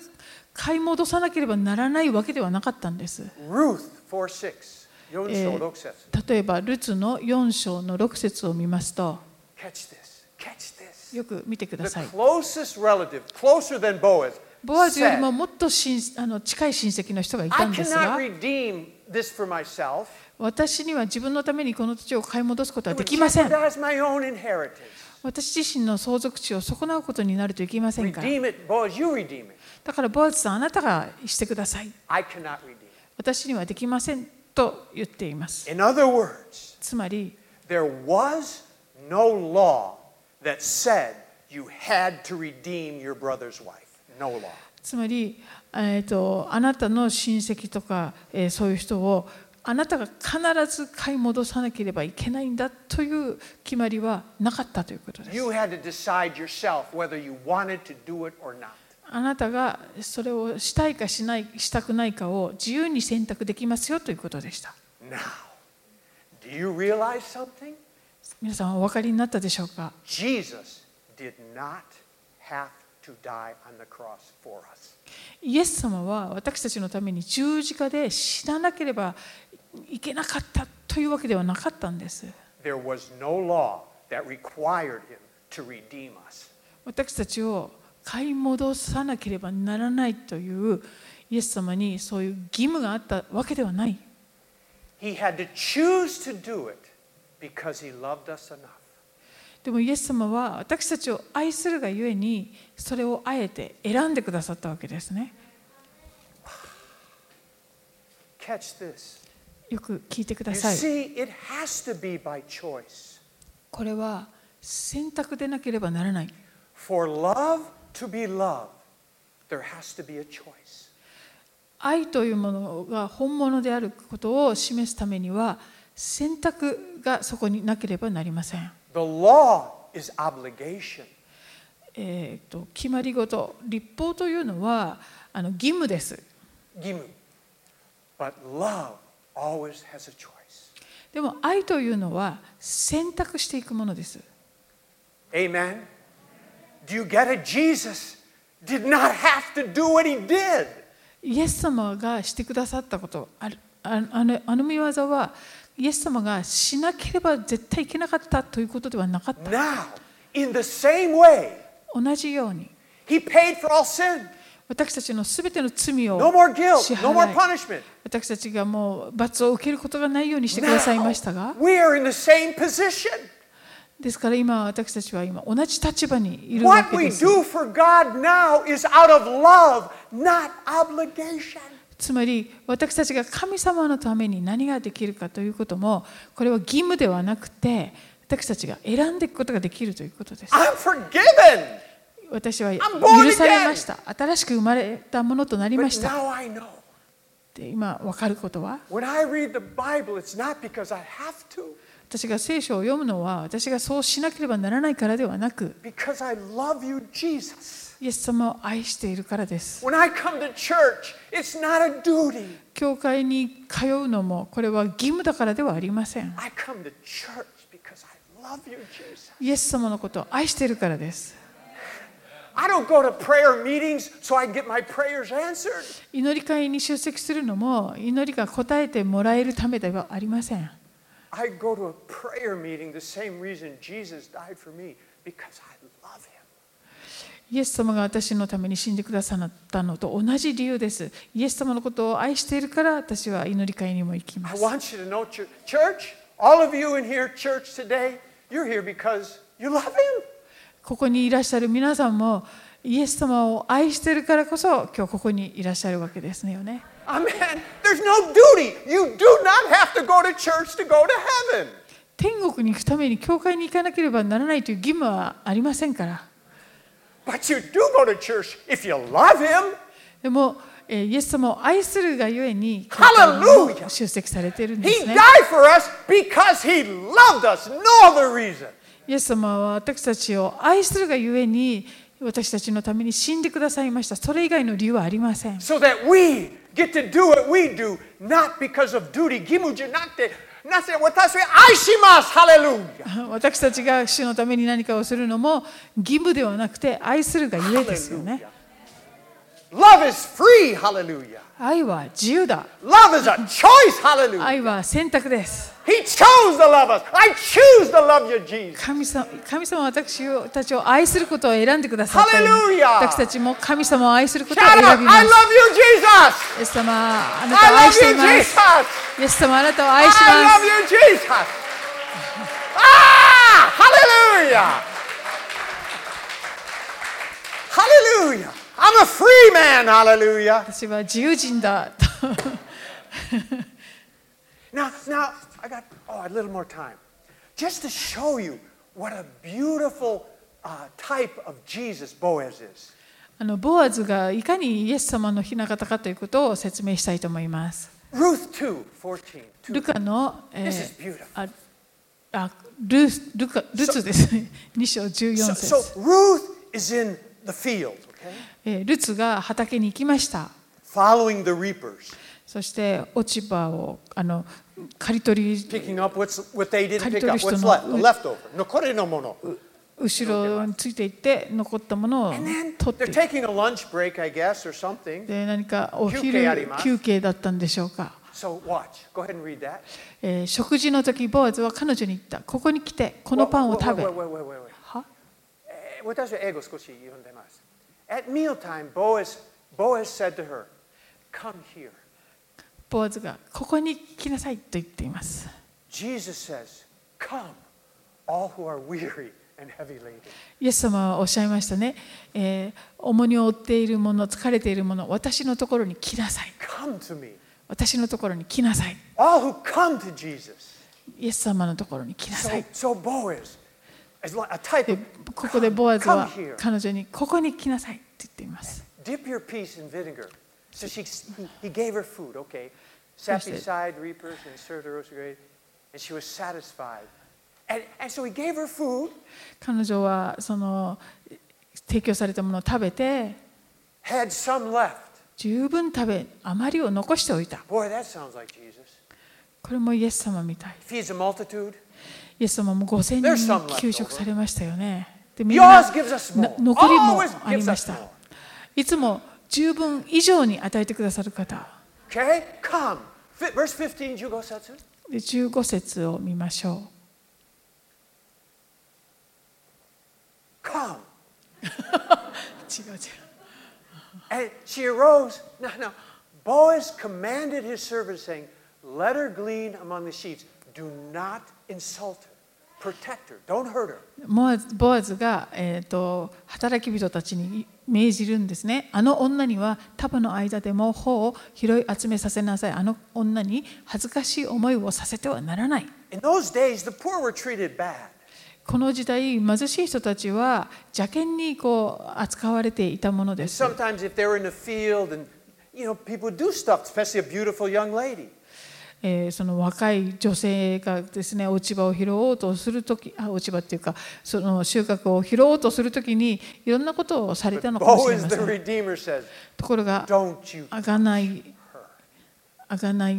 [SPEAKER 1] 買い戻さなければならないわけではなかったんです。
[SPEAKER 2] Ruth 4 6. 4章6節
[SPEAKER 1] 例えばルツの4章の6節を見ますと
[SPEAKER 2] Catch this. Catch this.
[SPEAKER 1] よく見てくだ
[SPEAKER 2] The
[SPEAKER 1] さい。
[SPEAKER 2] closest relative, closer than Boaz,
[SPEAKER 1] ボアズより
[SPEAKER 2] said,
[SPEAKER 1] ももっと親あの近い親戚の人がいた
[SPEAKER 2] I
[SPEAKER 1] んですが
[SPEAKER 2] cannot redeem this for myself.
[SPEAKER 1] 私には自分のためにこの土地を買い戻すことは
[SPEAKER 2] It
[SPEAKER 1] で
[SPEAKER 2] would
[SPEAKER 1] きません
[SPEAKER 2] jeopardize my own inheritance.
[SPEAKER 1] 私自身の相続地を損なうことになるといけませんから
[SPEAKER 2] Redeem it, Boaz, you redeem it.
[SPEAKER 1] だからボアズさんあなたがしてください
[SPEAKER 2] I cannot redeem it.
[SPEAKER 1] 私にはできませんと言っています
[SPEAKER 2] In other words,
[SPEAKER 1] つまり
[SPEAKER 2] there was no law that said you had to redeem your brother's wife. No law.
[SPEAKER 1] つまり、えー、とあなたの親戚とか、えーそういう人をあなたが必ず買い戻さなければいけないんだという決まりはなかったということです
[SPEAKER 2] You had to decide yourself whether you wanted to do it or not.
[SPEAKER 1] あなたがそれをしたいかしないしたくないかを自由に選択できますよということでした
[SPEAKER 2] Now, do you realize something?
[SPEAKER 1] 皆さんお分かりになったでしょうか
[SPEAKER 2] Jesus did not have to die on the cross for us.
[SPEAKER 1] イエス様は私たちのために十字架で死ななければいけなかったというわけではなかったんです
[SPEAKER 2] There was no law that required him to redeem us.
[SPEAKER 1] 私たちを買い戻さなければならないというイエス様にそういう義務があったわけではない
[SPEAKER 2] He had to choose to do it because he loved us enough.
[SPEAKER 1] でもイエス様は私たちを愛するがゆえにそれをあえて選んでくださったわけですね
[SPEAKER 2] Catch this.
[SPEAKER 1] よく聞いてくだ
[SPEAKER 2] You
[SPEAKER 1] さい
[SPEAKER 2] see, it has to be by choice.
[SPEAKER 1] これは選択でなければならない
[SPEAKER 2] For love to be love, there has to be a choice.
[SPEAKER 1] 愛というものが本物であることを示すためには選択がそこになければなりません、
[SPEAKER 2] The law is obligation.
[SPEAKER 1] えー、と決まり事立法というのはあの義務です
[SPEAKER 2] gimu. But love always has a choice.
[SPEAKER 1] でも愛というのは選択していくものです
[SPEAKER 2] Amen. Do you get it? Jesus did not have to do what he did.
[SPEAKER 1] イエス様がしてくださったことあるああのあの見業はイエス様がしなければ絶対いけなかったということではなかった
[SPEAKER 2] Now, in the same way,
[SPEAKER 1] 同じように
[SPEAKER 2] he paid for all sin.
[SPEAKER 1] 私たちのすべての罪を
[SPEAKER 2] No more guilt,
[SPEAKER 1] 支
[SPEAKER 2] no more
[SPEAKER 1] 払い
[SPEAKER 2] punishment.
[SPEAKER 1] 私たちがもう罰を受けることがないようにしてくださいましたが
[SPEAKER 2] Now, we are in the same position.
[SPEAKER 1] ですから今私たちは今同じ立場にいるわ
[SPEAKER 2] What
[SPEAKER 1] け
[SPEAKER 2] we
[SPEAKER 1] です。
[SPEAKER 2] do for God now is out of love, not obligation.
[SPEAKER 1] つまり私たちが神様のために何ができるかということもこれは義務ではなくて私たちが選んでいくことができるということです。
[SPEAKER 2] I'm forgiven.
[SPEAKER 1] 私は
[SPEAKER 2] I'm born
[SPEAKER 1] 許されました。新しく生まれたものとなりま
[SPEAKER 2] But
[SPEAKER 1] した。
[SPEAKER 2] now I know.
[SPEAKER 1] で今わかることは
[SPEAKER 2] When I read the Bible, it's not because I have to,
[SPEAKER 1] 私が聖書を読むのは私がそうしなければならないからではなく
[SPEAKER 2] because I love you, Jesus.
[SPEAKER 1] イエス様を愛しているからです。
[SPEAKER 2] When I come to church, it's not a duty.
[SPEAKER 1] 教会に通うのもこれは義務だからではありません
[SPEAKER 2] I come to church because I love you, Jesus.
[SPEAKER 1] イエス様のことを愛しているからです
[SPEAKER 2] I don't go to prayer meetings so I get my prayers answered.
[SPEAKER 1] 祈り会に出席するのも祈りが答えてもらえるためではありません
[SPEAKER 2] I go to a prayer meeting the same reason Jesus died for me, because I love him.
[SPEAKER 1] イエス様が私のために死んでくださったのと同じ理由ですイエス様のことを愛しているから私は祈り会にも行きま
[SPEAKER 2] I
[SPEAKER 1] す
[SPEAKER 2] want you to know, chur- church, all of you in here, church today, you're here because you love him.
[SPEAKER 1] ここにいらっしゃる皆さんもイエス様を愛しているからこそ今日ここにいらっしゃるわけですよね
[SPEAKER 2] Amen. There's no duty. You do not have to go to church to go to heaven.
[SPEAKER 1] 天国に行くために教会に行かなければならないという義務はありませんから
[SPEAKER 2] But you do go to church if you love Him.
[SPEAKER 1] でも、えーイエス様を愛するがゆえに、
[SPEAKER 2] Hallelujah！
[SPEAKER 1] 教会に出席されているんで
[SPEAKER 2] He
[SPEAKER 1] すね。
[SPEAKER 2] died for us because He loved us. No other reason.
[SPEAKER 1] イエス様は私たちを愛するがゆえに、私たちのために死んでくださいました。それ以外の理由はありません。 (laughs)
[SPEAKER 2] So that we get to do what we do, not because of duty. Gimu janakte なぜ私は愛しますハレルヤ
[SPEAKER 1] 私たちが主のために何かをするのも義務ではなくて愛するがゆえですよね
[SPEAKER 2] Love is free, hallelujah.
[SPEAKER 1] 愛は自由だ
[SPEAKER 2] Love is a choice, hallelujah.
[SPEAKER 1] 愛は選択です
[SPEAKER 2] He chose to love us. I choose to love you, Jesus.
[SPEAKER 1] 神様神様は私たちを愛することを選んでくださったように
[SPEAKER 2] Hallelujah!
[SPEAKER 1] 私たちも神様を愛することを
[SPEAKER 2] Shout
[SPEAKER 1] 選
[SPEAKER 2] out,
[SPEAKER 1] びま
[SPEAKER 2] I
[SPEAKER 1] す
[SPEAKER 2] love you, Jesus.
[SPEAKER 1] イエス様あ
[SPEAKER 2] I
[SPEAKER 1] なたを愛
[SPEAKER 2] love
[SPEAKER 1] してい
[SPEAKER 2] you,
[SPEAKER 1] ます
[SPEAKER 2] Jesus.
[SPEAKER 1] イエス様あなたを愛し
[SPEAKER 2] I
[SPEAKER 1] ま
[SPEAKER 2] love
[SPEAKER 1] す
[SPEAKER 2] you, Jesus. Ah, hallelujah. Hallelujah. I'm a free man, hallelujah.
[SPEAKER 1] 私は自由人だ (laughs)
[SPEAKER 2] Now, now, I got, oh, a little more time. Just to show you what a beautiful uh, type of Jesus Boaz is.
[SPEAKER 1] あのボアズがいかにイエス様の雛形かということを説明したいと思います。
[SPEAKER 2] Ruth 2, 14. 2.
[SPEAKER 1] ルカの、え
[SPEAKER 2] This is beautiful.
[SPEAKER 1] ああルルカルツですね、2章14
[SPEAKER 2] So,
[SPEAKER 1] 節、
[SPEAKER 2] so Ruth is in the field, okay?
[SPEAKER 1] えールツが畑に行きました。
[SPEAKER 2] Following the reapers,
[SPEAKER 1] そして落ち葉をあの刈り取り
[SPEAKER 2] picking up what's, what they didn't pick up, what's
[SPEAKER 1] 刈り取る人の
[SPEAKER 2] left, the
[SPEAKER 1] う-
[SPEAKER 2] leftover. Nokore no mono.
[SPEAKER 1] 後ろについていって残ったものを
[SPEAKER 2] And then
[SPEAKER 1] 取っ
[SPEAKER 2] they're
[SPEAKER 1] て
[SPEAKER 2] taking a lunch break, I guess, or something.
[SPEAKER 1] で何かお
[SPEAKER 2] 休憩あり
[SPEAKER 1] 昼
[SPEAKER 2] ます
[SPEAKER 1] 休憩だったんでしょうか。
[SPEAKER 2] So watch. Go ahead and read that.
[SPEAKER 1] えー食事の時ボアズは彼女に言ったここに来てこのパンを食べ
[SPEAKER 2] Wait, wait, wait, wait, wait.
[SPEAKER 1] は
[SPEAKER 2] えー私は英語少し読んでます。At mealtime, Boaz, Boaz said to her, Come here.
[SPEAKER 1] ボアズがここに来なさいと言っています
[SPEAKER 2] Jesus says, Come, all who are weary and heavy laden.
[SPEAKER 1] イエス様はおっしゃいましたね、えー重荷を負っているもの疲れているもの私のところに来なさい
[SPEAKER 2] Come to me.
[SPEAKER 1] 私のところに来なさい
[SPEAKER 2] All who come to Jesus.
[SPEAKER 1] イエス様のところに来なさ
[SPEAKER 2] So,
[SPEAKER 1] い
[SPEAKER 2] so Boaz, is like a type
[SPEAKER 1] で
[SPEAKER 2] of,
[SPEAKER 1] ここでボアズ
[SPEAKER 2] come
[SPEAKER 1] は
[SPEAKER 2] here.
[SPEAKER 1] 彼女にここに来なさいって言っています
[SPEAKER 2] Dip your piece in vinegar. So she, he, he gave her food, okay. Sat
[SPEAKER 1] Yes, it-
[SPEAKER 2] beside reapers and served her roasted grain, and she was satisfied. And, and so he gave her food,
[SPEAKER 1] 彼女はその提供されたものを食べて
[SPEAKER 2] had some left.
[SPEAKER 1] 十分食べ余りを残しておいた
[SPEAKER 2] Boy, that sounds like Jesus.
[SPEAKER 1] これもイエス様みたい
[SPEAKER 2] feeds a multitude.
[SPEAKER 1] イエス様も5000
[SPEAKER 2] There's
[SPEAKER 1] 人
[SPEAKER 2] some
[SPEAKER 1] に給食されましたよね。で
[SPEAKER 2] He
[SPEAKER 1] みんな
[SPEAKER 2] always
[SPEAKER 1] な
[SPEAKER 2] gives us more.
[SPEAKER 1] 残りも
[SPEAKER 2] Always
[SPEAKER 1] あり
[SPEAKER 2] gives
[SPEAKER 1] まし
[SPEAKER 2] us
[SPEAKER 1] た
[SPEAKER 2] more.。
[SPEAKER 1] いつも十分以上に与えてくださる方。
[SPEAKER 2] Okay? Come. Fi- Verse 15, Jugo Setsu.
[SPEAKER 1] で15節を見ましょ
[SPEAKER 2] Come.
[SPEAKER 1] う。違う違う。
[SPEAKER 2] And she arose. No, no. Boaz commanded his servant, saying, Let her glean among the sheaves. Do not insult her. Protect her. Don't hurt her.
[SPEAKER 1] モアズボアズが、えー、と働き人たちに命じるんですね。あの女には束の間でも頬を拾い集めさせなさい。あの女に恥ずかしい思いをさせてはならない。
[SPEAKER 2] In those days, the poor were treated bad.
[SPEAKER 1] この時代貧しい人たちは邪険にこう扱われていたものです
[SPEAKER 2] Sometimes, if they were in the field, and you know, people would do stuff, especially a beautiful young lady.
[SPEAKER 1] えーその若い女性がですね落ち葉を拾おうとするときあ落ち葉っていうかその収穫を拾おうとするときにいろんなことをされたのかもしれ
[SPEAKER 2] Boaz,
[SPEAKER 1] ませ
[SPEAKER 2] the
[SPEAKER 1] ん
[SPEAKER 2] Redeemer, says,
[SPEAKER 1] ところが
[SPEAKER 2] Don't you
[SPEAKER 1] あがないあがない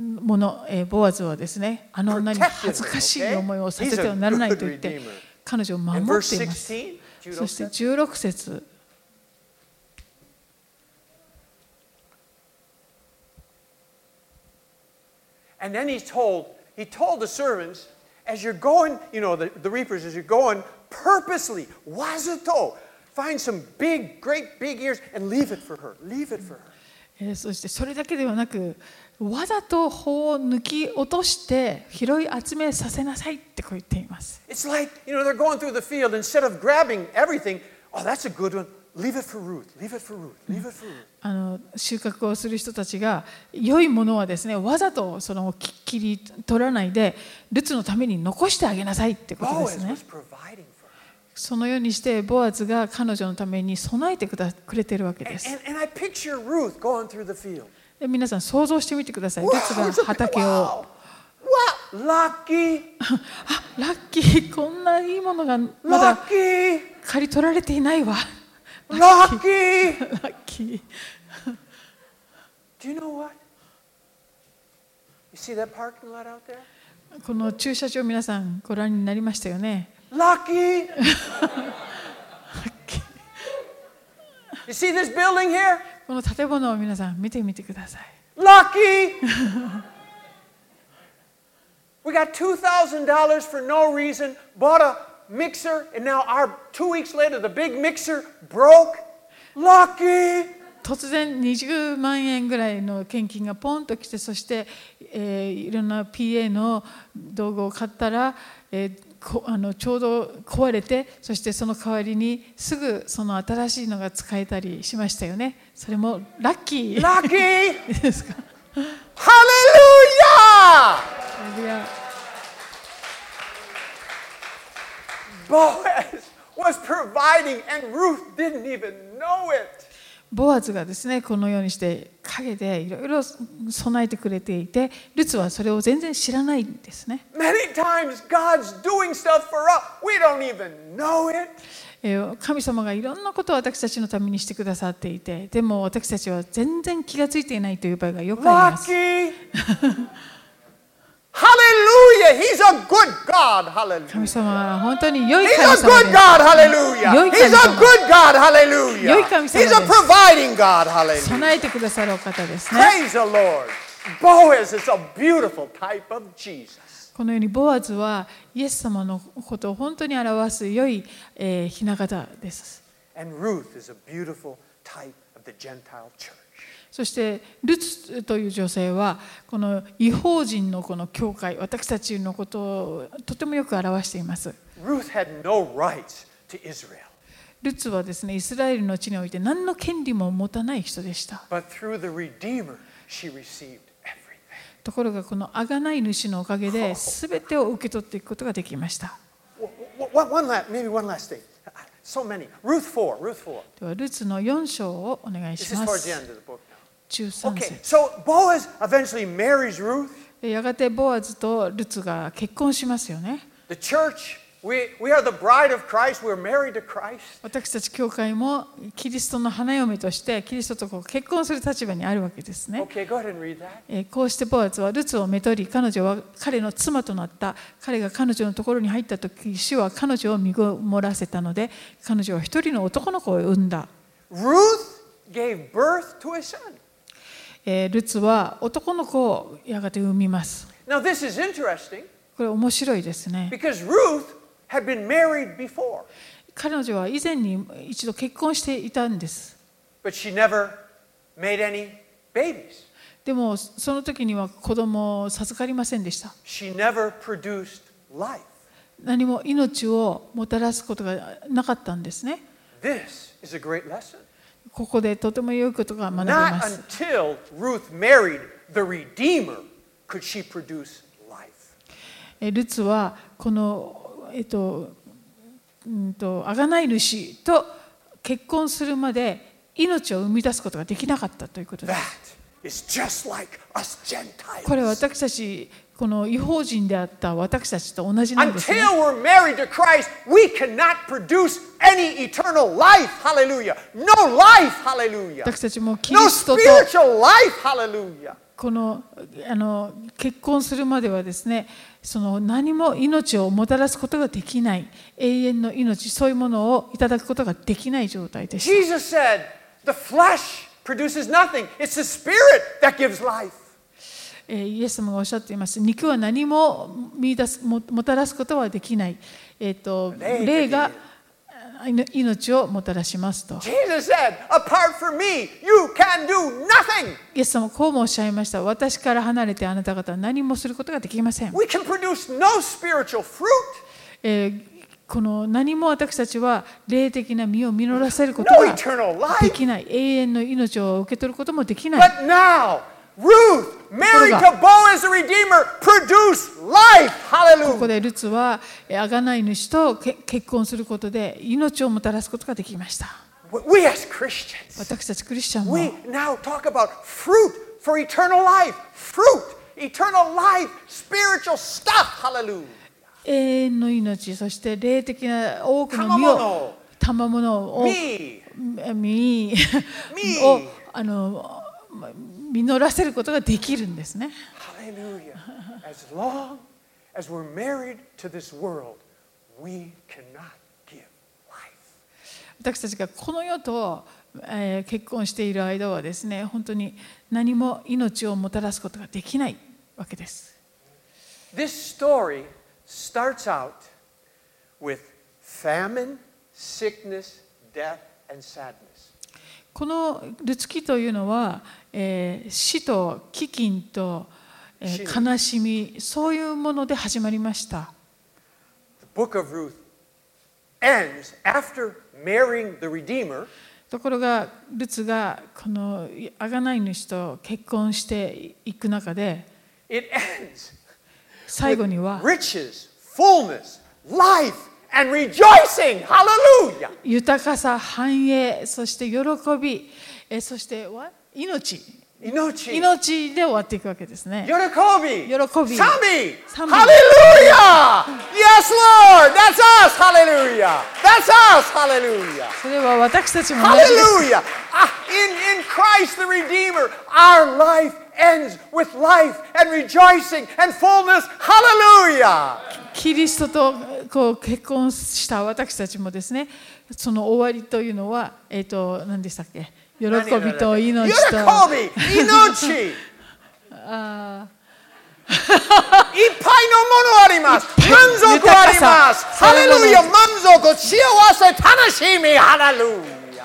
[SPEAKER 1] もの、えーボアズはですねあの女に
[SPEAKER 2] Protect him,
[SPEAKER 1] 恥ずかしい
[SPEAKER 2] okay?
[SPEAKER 1] 思いをさせてはならないと言っ
[SPEAKER 2] He's a
[SPEAKER 1] て
[SPEAKER 2] good redeemer.
[SPEAKER 1] 彼女を守
[SPEAKER 2] In
[SPEAKER 1] っ
[SPEAKER 2] verse
[SPEAKER 1] ています
[SPEAKER 2] 16, Jude
[SPEAKER 1] そして
[SPEAKER 2] said,
[SPEAKER 1] 16節
[SPEAKER 2] and then he told, he told the servants, as you're going, you know, the, the reapers, as you're going, purposely, wazuto, find some big, great big ears and leave it for her. Leave it for her.
[SPEAKER 1] えーそしてそれだけではなくわざと法を抜き落として拾い集めさせなさいってこう言っています
[SPEAKER 2] It's like, you know, they're going through the field, instead of grabbing everything, oh, that's a good one. Leave it for Ruth. Leave it for Ruth. Leave it for Ruth.
[SPEAKER 1] あの収穫をする人たちが良いものはですねわざとそのき切り取らないでルツのために残してあげなさいってことで
[SPEAKER 2] Boaz
[SPEAKER 1] すね
[SPEAKER 2] was providing for her.
[SPEAKER 1] そのようにしてボアズが彼女のために備えてくだくれてるわけで
[SPEAKER 2] And,
[SPEAKER 1] す
[SPEAKER 2] and, and I picture Ruth going through the field.
[SPEAKER 1] で皆さん想像してみてください
[SPEAKER 2] Wow,
[SPEAKER 1] ルツが
[SPEAKER 2] it's a-
[SPEAKER 1] 畑を
[SPEAKER 2] wow.
[SPEAKER 1] あ
[SPEAKER 2] Wow, lucky,
[SPEAKER 1] ラッキーこんないいものがまだ
[SPEAKER 2] lucky,
[SPEAKER 1] 刈り取られていないわ
[SPEAKER 2] (laughs)
[SPEAKER 1] (laughs)
[SPEAKER 2] lucky.
[SPEAKER 1] ラッキー
[SPEAKER 2] Do you know what? You see that parking lot out there?
[SPEAKER 1] この駐車場皆さんご覧になりましたよね
[SPEAKER 2] (laughs) Lucky! You see this building here?
[SPEAKER 1] この建物を皆さん見てみてください
[SPEAKER 2] Lucky! we got $2,000 for no reason, bought a mixer, and now our two weeks later, the big mixer broke. Lucky!
[SPEAKER 1] 突然20万円ぐらいの献金がポンと来てそして、えーいろんな PA の道具を買ったら、えーこあのちょうど壊れてそしてその代わりにすぐその新しいのが使えたりしましたよねそれもラッキー
[SPEAKER 2] Lucky!
[SPEAKER 1] ですか
[SPEAKER 2] Hallelujah!
[SPEAKER 1] いや
[SPEAKER 2] Boaz was providing, and Ruth didn't even know it.
[SPEAKER 1] ボアズがですねこのようにして陰でいろいろ備えてくれていてルツはそれを全然知らないんですね。
[SPEAKER 2] Many times God's doing stuff for us, we don't even know it.
[SPEAKER 1] えー神様がいろんなことを私たちのためにしてくださっていてでも私たちは全然気がついていないという場合がよくあります
[SPEAKER 2] Lucky. (laughs) hallelujah. He's a good God. Hallelujah.
[SPEAKER 1] 神様は本当に良い
[SPEAKER 2] He's
[SPEAKER 1] 神
[SPEAKER 2] a
[SPEAKER 1] 様
[SPEAKER 2] good
[SPEAKER 1] で
[SPEAKER 2] God. Hallelujah.
[SPEAKER 1] 良い神様。
[SPEAKER 2] He's a good God. Hallelujah.
[SPEAKER 1] 良い神様です。
[SPEAKER 2] He's a providing God. Hallelujah.
[SPEAKER 1] 備えてくださるお方ですね
[SPEAKER 2] Praise the Lord. Boaz is a beautiful type of Jesus.
[SPEAKER 1] このようにボアズはイエス様のことを本当に表す良い、えー、ひな形です
[SPEAKER 2] And Ruth is a beautiful type of the Gentile church.
[SPEAKER 1] そしてルツという女性はこの違法人のこの教会私たちのことをとてもよく表しています
[SPEAKER 2] Ruth had no rights to Israel.
[SPEAKER 1] ルツはですねイスラエルの地において何の権利も持たない人でした
[SPEAKER 2] But through the Redeemer, she received everything.
[SPEAKER 1] ところがこの贖がない主のおかげで全てを受け取っていくことができました。
[SPEAKER 2] One, one last, maybe one last thing. Uh, So many. Ruth 4, Ruth 4.
[SPEAKER 1] ではルツの4章をお願
[SPEAKER 2] This
[SPEAKER 1] いし
[SPEAKER 2] is
[SPEAKER 1] ま
[SPEAKER 2] towards the
[SPEAKER 1] す。
[SPEAKER 2] end of the book.
[SPEAKER 1] 13
[SPEAKER 2] Okay,
[SPEAKER 1] 節
[SPEAKER 2] so Boaz eventually marries Ruth.
[SPEAKER 1] でやがてボアズとルツが結婚しますよね。
[SPEAKER 2] The church, we, we are the bride of Christ. We're married to Christ.
[SPEAKER 1] 私たち教会もキリストの花嫁としてキリストとこう結婚する立場にあるわけですね。
[SPEAKER 2] Okay, go ahead and read that.
[SPEAKER 1] えーこうしてボアズはルツをめとり彼女は彼の妻となった彼が彼女のところに入った時主は彼女を身ごもらせたので彼女は一人の男の子を産んだ。
[SPEAKER 2] Ruth gave birth to a son.
[SPEAKER 1] えールツは男の子をやがて産みます。
[SPEAKER 2] Now, this is interesting
[SPEAKER 1] これ面白いですね。
[SPEAKER 2] because Ruth had been married before,
[SPEAKER 1] 彼女は以前に一度結婚していたんです。
[SPEAKER 2] but she never made any babies.
[SPEAKER 1] でもその時には子供を授かりませんでした。
[SPEAKER 2] She never produced life.
[SPEAKER 1] 何も命をもたらすことがなかったんですね。
[SPEAKER 2] This is a great lesson.
[SPEAKER 1] ここでとても良いことが学べま
[SPEAKER 2] Not
[SPEAKER 1] す。
[SPEAKER 2] until Ruth married the Redeemer could she produce life.
[SPEAKER 1] えルツはこの、えっと、うんと、あがない主と結婚するまで命を生み出すことができなかったということです。
[SPEAKER 2] That is just like us
[SPEAKER 1] これ
[SPEAKER 2] Gentiles.
[SPEAKER 1] 私たちこの違法人であった私たちと同じなんです、ね、
[SPEAKER 2] Until we're married to Christ, we cannot produce any eternal life. Hallelujah. No life. Hallelujah.
[SPEAKER 1] 私たちもキリ
[SPEAKER 2] No
[SPEAKER 1] ストと
[SPEAKER 2] spiritual life. Hallelujah.
[SPEAKER 1] このあの結婚するまではですねその何も命をもたらすことができない永遠の命そういうものをいただくことができない状態でした
[SPEAKER 2] Jesus said, the flesh produces nothing. It's the spirit that gives life.
[SPEAKER 1] えーイエス様がおっしゃっています肉は何も見出すももたらすことはできない、えー、と
[SPEAKER 2] 霊的に
[SPEAKER 1] 霊があの命をもたらしますと
[SPEAKER 2] Jesus said, apart from me, you can do nothing.
[SPEAKER 1] イエス様はこうもおっしゃいました私から離れてあなた方は何もすることができません
[SPEAKER 2] We can produce no spiritual fruit,
[SPEAKER 1] えーこの何も私たちは霊的な実を実らせることは
[SPEAKER 2] no eternal
[SPEAKER 1] で
[SPEAKER 2] life.
[SPEAKER 1] きない永遠の命を受け取ることもできない
[SPEAKER 2] But now, Ruth, married to Boaz the Redeemer, produce life.
[SPEAKER 1] ここ
[SPEAKER 2] Hallelujah.
[SPEAKER 1] でルツはあがない主とけ結婚することで命をもたらすことができました
[SPEAKER 2] We as Christians,
[SPEAKER 1] 私たちクリスチャン
[SPEAKER 2] we
[SPEAKER 1] も
[SPEAKER 2] now talk about fruit for eternal life. Fruit, eternal life, spiritual stuff. Hallelujah.
[SPEAKER 1] 永遠の命そして霊的な多くの実を賜物を
[SPEAKER 2] Me,
[SPEAKER 1] み
[SPEAKER 2] Me
[SPEAKER 1] (laughs) をあのま実らせることができるんですね
[SPEAKER 2] hallelujah. Hallelujah. As long as we're married to this world, we cannot give life.
[SPEAKER 1] 私たちがこの世と、えー結婚している間はですね本当に何も命をもたらすことができないわけです。
[SPEAKER 2] This story starts out with famine, sickness, death, and sadness.
[SPEAKER 1] このルツキというのは、えー死と飢饉と、えー
[SPEAKER 2] 死
[SPEAKER 1] 悲しみそういうもので始まりました。
[SPEAKER 2] The book of Ruth ends after marrying the Redeemer.
[SPEAKER 1] ところがルツがこの贖い主と結婚していく中で
[SPEAKER 2] It ends
[SPEAKER 1] 最後には
[SPEAKER 2] riches, fullness, life, and rejoicing. Hallelujah.
[SPEAKER 1] 豊かさ繁栄そして喜びえーそしてわ命
[SPEAKER 2] Inochi.
[SPEAKER 1] 命で終わっていくわけですね。
[SPEAKER 2] Yorokobi.
[SPEAKER 1] 喜び。
[SPEAKER 2] Sami.
[SPEAKER 1] 賛美。
[SPEAKER 2] Hallelujah. Yes, Lord. That's us. Hallelujah. That's us. Hallelujah.
[SPEAKER 1] それは私たちも同じです。
[SPEAKER 2] Hallelujah. Ah, In, in Christ the Redeemer, our life ends with life and rejoicing and fullness. Hallelujah.
[SPEAKER 1] キリストとこう結婚した私たちもですね、その終わりというのは、えっ、と、何でしたっけ喜びと命と。
[SPEAKER 2] Yorokobi. Inochi. Uh.
[SPEAKER 1] あー
[SPEAKER 2] いっぱいのものあります。
[SPEAKER 1] い
[SPEAKER 2] 満足あります。
[SPEAKER 1] 豊かさ
[SPEAKER 2] ハレルヤ、
[SPEAKER 1] そういうも
[SPEAKER 2] 満足、幸せ、楽しみ、ハレルヤ。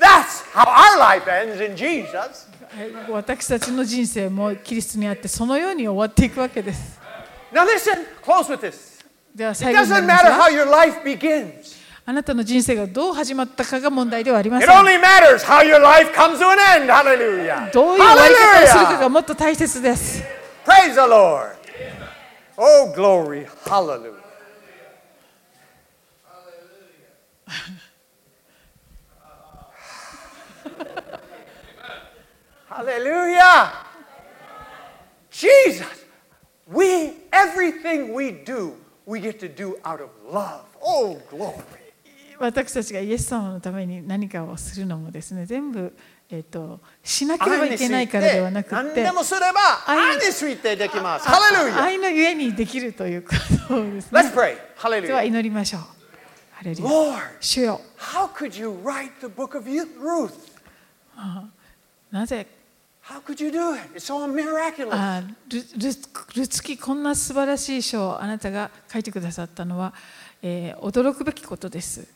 [SPEAKER 2] That's how our life ends in Jesus.
[SPEAKER 1] はい (laughs) 私たちの人生もキリストにあって、そのように終わっていくわけです。
[SPEAKER 2] Now listen, close with this.
[SPEAKER 1] では
[SPEAKER 2] It
[SPEAKER 1] 最後にな
[SPEAKER 2] doesn't
[SPEAKER 1] ります
[SPEAKER 2] matter
[SPEAKER 1] が
[SPEAKER 2] how your life begins.
[SPEAKER 1] あなたの人生がどう始まったかが問題ではありませ
[SPEAKER 2] It
[SPEAKER 1] ん。
[SPEAKER 2] only matters how your life comes to an end. Hallelujah.
[SPEAKER 1] どういう終わり方をするかが
[SPEAKER 2] Hallelujah.
[SPEAKER 1] もっと大切です。
[SPEAKER 2] Praise the Lord. Oh, glory. Hallelujah. (laughs) Hallelujah. Jesus, we, everything we do, we get to do out of love. Oh, glory.
[SPEAKER 1] 私たちがイエス様のために何かをするのもですね全部、えー、としなければいけないからではなくって愛
[SPEAKER 2] 愛
[SPEAKER 1] -
[SPEAKER 2] について、何でもすれば愛についてできます。Hallelujah.
[SPEAKER 1] 愛のゆえにできるということですね
[SPEAKER 2] Let's pray.
[SPEAKER 1] では
[SPEAKER 2] Hallelujah.
[SPEAKER 1] 祈りましょうハレルヤ
[SPEAKER 2] Lord,
[SPEAKER 1] 主よ
[SPEAKER 2] how could you write the book of Yu- Ruth?
[SPEAKER 1] なぜ
[SPEAKER 2] How could you do it? It's so miraculous.
[SPEAKER 1] あルルルツキこんな素晴らしい書をあなたが書いてくださったのは、えー驚くべきことです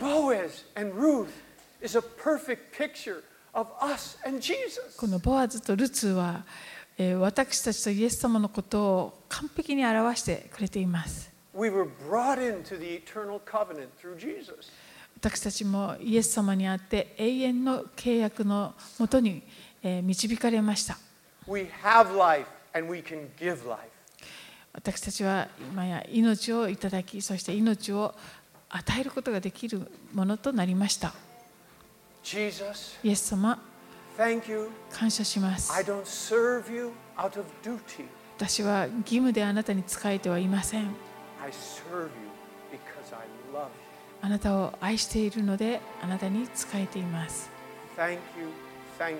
[SPEAKER 2] Boaz and Ruth is a perfect picture of us and Jesus.
[SPEAKER 1] このボアズとルツは、えー私たちとイエス様のことを完璧に表してくれています
[SPEAKER 2] We were brought into the eternal covenant through Jesus.
[SPEAKER 1] 私たちもイエス様にあって永遠の契約のもとにえー導かれました
[SPEAKER 2] We have life and we can give life.
[SPEAKER 1] 私たちは今や命をいただきそして命を与えることができるものとなりました
[SPEAKER 2] Jesus,
[SPEAKER 1] イエス様
[SPEAKER 2] thank you.
[SPEAKER 1] 感謝しま
[SPEAKER 2] I
[SPEAKER 1] す
[SPEAKER 2] don't serve you out of duty.
[SPEAKER 1] 私は義務であなたに仕えてはいません
[SPEAKER 2] I serve you because I love you.
[SPEAKER 1] あなたを愛しているのであなたに仕えています
[SPEAKER 2] Thank you, thank you, thank you.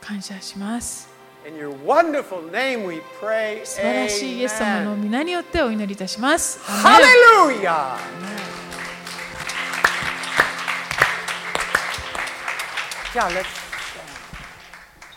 [SPEAKER 1] 感謝します
[SPEAKER 2] In your wonderful name we pray.
[SPEAKER 1] 素晴らしいイエス様の
[SPEAKER 2] Amen.
[SPEAKER 1] 皆によってお祈りいたしますアーメン
[SPEAKER 2] Hallelujah. Yeah, let's